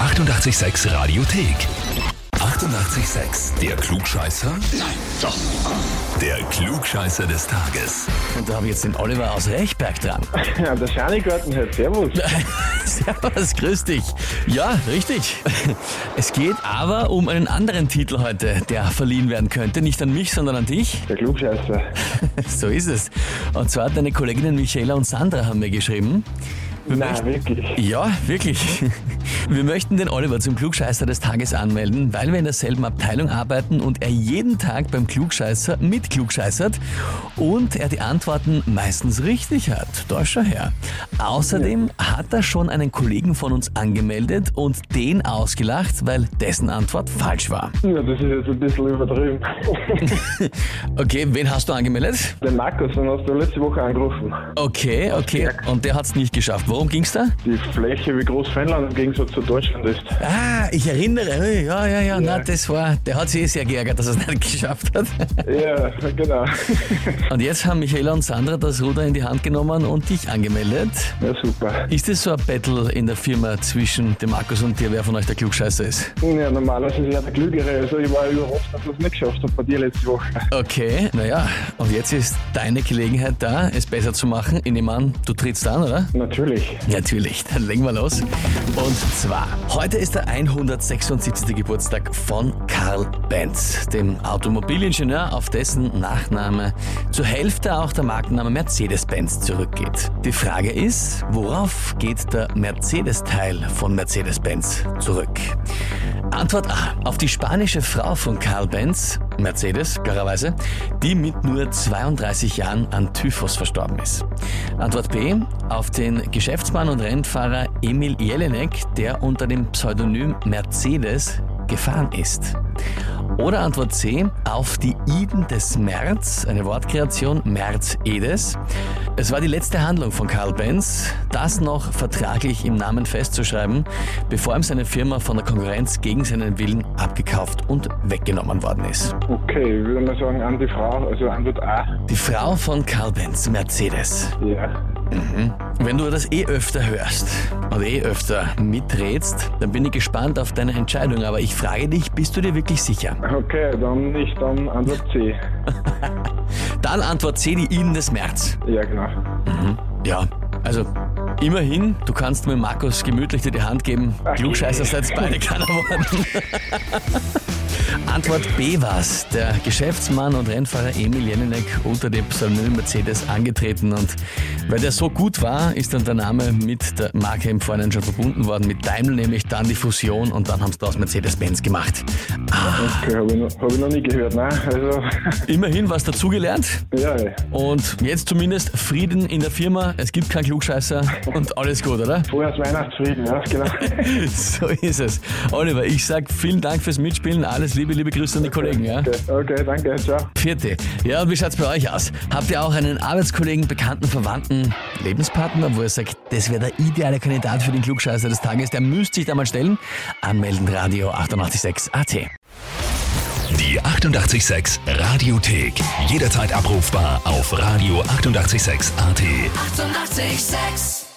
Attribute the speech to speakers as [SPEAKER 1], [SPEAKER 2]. [SPEAKER 1] 886 Radiothek. 88,6. Der Klugscheißer? Nein, doch. Der Klugscheißer des Tages.
[SPEAKER 2] Und da habe ich jetzt den Oliver aus Rechberg dran.
[SPEAKER 3] Ja, der Schanigarten halt, servus.
[SPEAKER 2] Servus, grüß dich. Ja, richtig. Es geht aber um einen anderen Titel heute, der verliehen werden könnte. Nicht an mich, sondern an dich.
[SPEAKER 3] Der Klugscheißer.
[SPEAKER 2] So ist es. Und zwar hat deine Kolleginnen Michaela und Sandra haben mir geschrieben. Wir
[SPEAKER 3] Nein, Ah, wirklich.
[SPEAKER 2] Ja, wirklich. Wir möchten den Oliver zum Klugscheißer des Tages anmelden, weil wir in derselben Abteilung arbeiten und er jeden Tag beim Klugscheißer mit klugscheißert und er die Antworten meistens richtig hat. Deutscher Herr. Außerdem hat er schon einen Kollegen von uns angemeldet und den ausgelacht, weil dessen Antwort falsch war.
[SPEAKER 3] Ja, das ist jetzt ein bisschen übertrieben.
[SPEAKER 2] Okay, wen hast du angemeldet?
[SPEAKER 3] Den Markus, den hast du letzte Woche angerufen.
[SPEAKER 2] Okay, okay. Und der hat es nicht geschafft. Worum ging's da?
[SPEAKER 3] Die Fläche, wie groß Finnland im Gegensatz zu Deutschland ist.
[SPEAKER 2] Ah, ich erinnere. Ja, ja, ja. Na, das war, der hat sich eh sehr geärgert, dass er es nicht geschafft hat.
[SPEAKER 3] Ja, genau.
[SPEAKER 2] Und jetzt haben Michaela und Sandra das Ruder in die Hand genommen und dich angemeldet.
[SPEAKER 3] Ja, super.
[SPEAKER 2] Ist es so ein Battle in der Firma zwischen dem Markus und dir, wer von euch der Klugscheißer ist?
[SPEAKER 3] Ja, normalerweise ist er der Klügere, also ich war überrascht, dass du es nicht geschafft hast bei dir letzte Woche.
[SPEAKER 2] Okay, naja, und jetzt ist deine Gelegenheit da, es besser zu machen. Ich nehme an, du trittst an, oder?
[SPEAKER 3] Natürlich.
[SPEAKER 2] Natürlich, dann legen wir los. Und zwar, heute ist der 176. Geburtstag von Karl Benz, dem Automobilingenieur, auf dessen Nachname zur Hälfte auch der Markenname Mercedes-Benz zurückgeht. Die Frage ist, worauf geht der Mercedes-Teil von Mercedes-Benz zurück? Antwort A. Auf die spanische Frau von Karl Benz, Mercedes, klarerweise, die mit nur 32 Jahren an Typhus verstorben ist. Antwort B. Auf den Geschäftsmann und Rennfahrer Emil Jelinek, der unter dem Pseudonym Mercedes gefahren ist. Oder Antwort C. Auf die Iden des März, eine Wortkreation März-Edes. Es war die letzte Handlung von Karl Benz, das noch vertraglich im Namen festzuschreiben, bevor ihm seine Firma von der Konkurrenz gegen seinen Willen abgekauft und weggenommen worden ist.
[SPEAKER 3] Okay, ich würde mal sagen, an die Frau, also Antwort A.
[SPEAKER 2] Die Frau von Karl Benz, Mercedes.
[SPEAKER 3] Ja.
[SPEAKER 2] Wenn du das eh öfter hörst und eh öfter miträtst, dann bin ich gespannt auf deine Entscheidung. Aber ich frage dich, bist du dir wirklich sicher?
[SPEAKER 3] Okay, dann nicht, dann Antwort C.
[SPEAKER 2] Dann Antwort C, die Ihnen des März.
[SPEAKER 3] Ja, genau.
[SPEAKER 2] Ja, also immerhin, du kannst mir Markus gemütlich dir die Hand geben. Klugscheißer seid beide keiner worden. Antwort B war's. Der Geschäftsmann und Rennfahrer Emil Jelinek unter dem Pseudonym Mercedes angetreten und weil der so gut war, ist dann der Name mit der Marke im Vorhinein schon verbunden worden, mit Daimler nämlich, dann die Fusion und dann haben sie daraus Mercedes-Benz gemacht.
[SPEAKER 3] Okay, habe ich, noch- hab ich noch nie gehört, ne? Also,
[SPEAKER 2] Immerhin was dazugelernt,
[SPEAKER 3] ja, ey.
[SPEAKER 2] Und jetzt zumindest Frieden in der Firma. Es gibt keinen Klugscheißer und alles gut, oder?
[SPEAKER 3] vorher ist Weihnachtsfrieden, ja, genau.
[SPEAKER 2] So ist es. Oliver, ich sag vielen Dank fürs Mitspielen. Alles Liebe, liebe Grüße an die Kollegen. Ja?
[SPEAKER 3] Okay, okay, danke, ciao.
[SPEAKER 2] Vierte. Ja, und wie schaut's bei euch aus? Habt ihr auch einen Arbeitskollegen, Bekannten, Verwandten, Lebenspartner, wo ihr sagt, das wäre der ideale Kandidat für den Klugscheißer des Tages? Der müsste sich da mal stellen. Anmelden Radio 886 AT.
[SPEAKER 1] Die 88,6 Radiothek. Jederzeit abrufbar auf radio886.at. 88,6.
[SPEAKER 4] Eighty-eight, sex.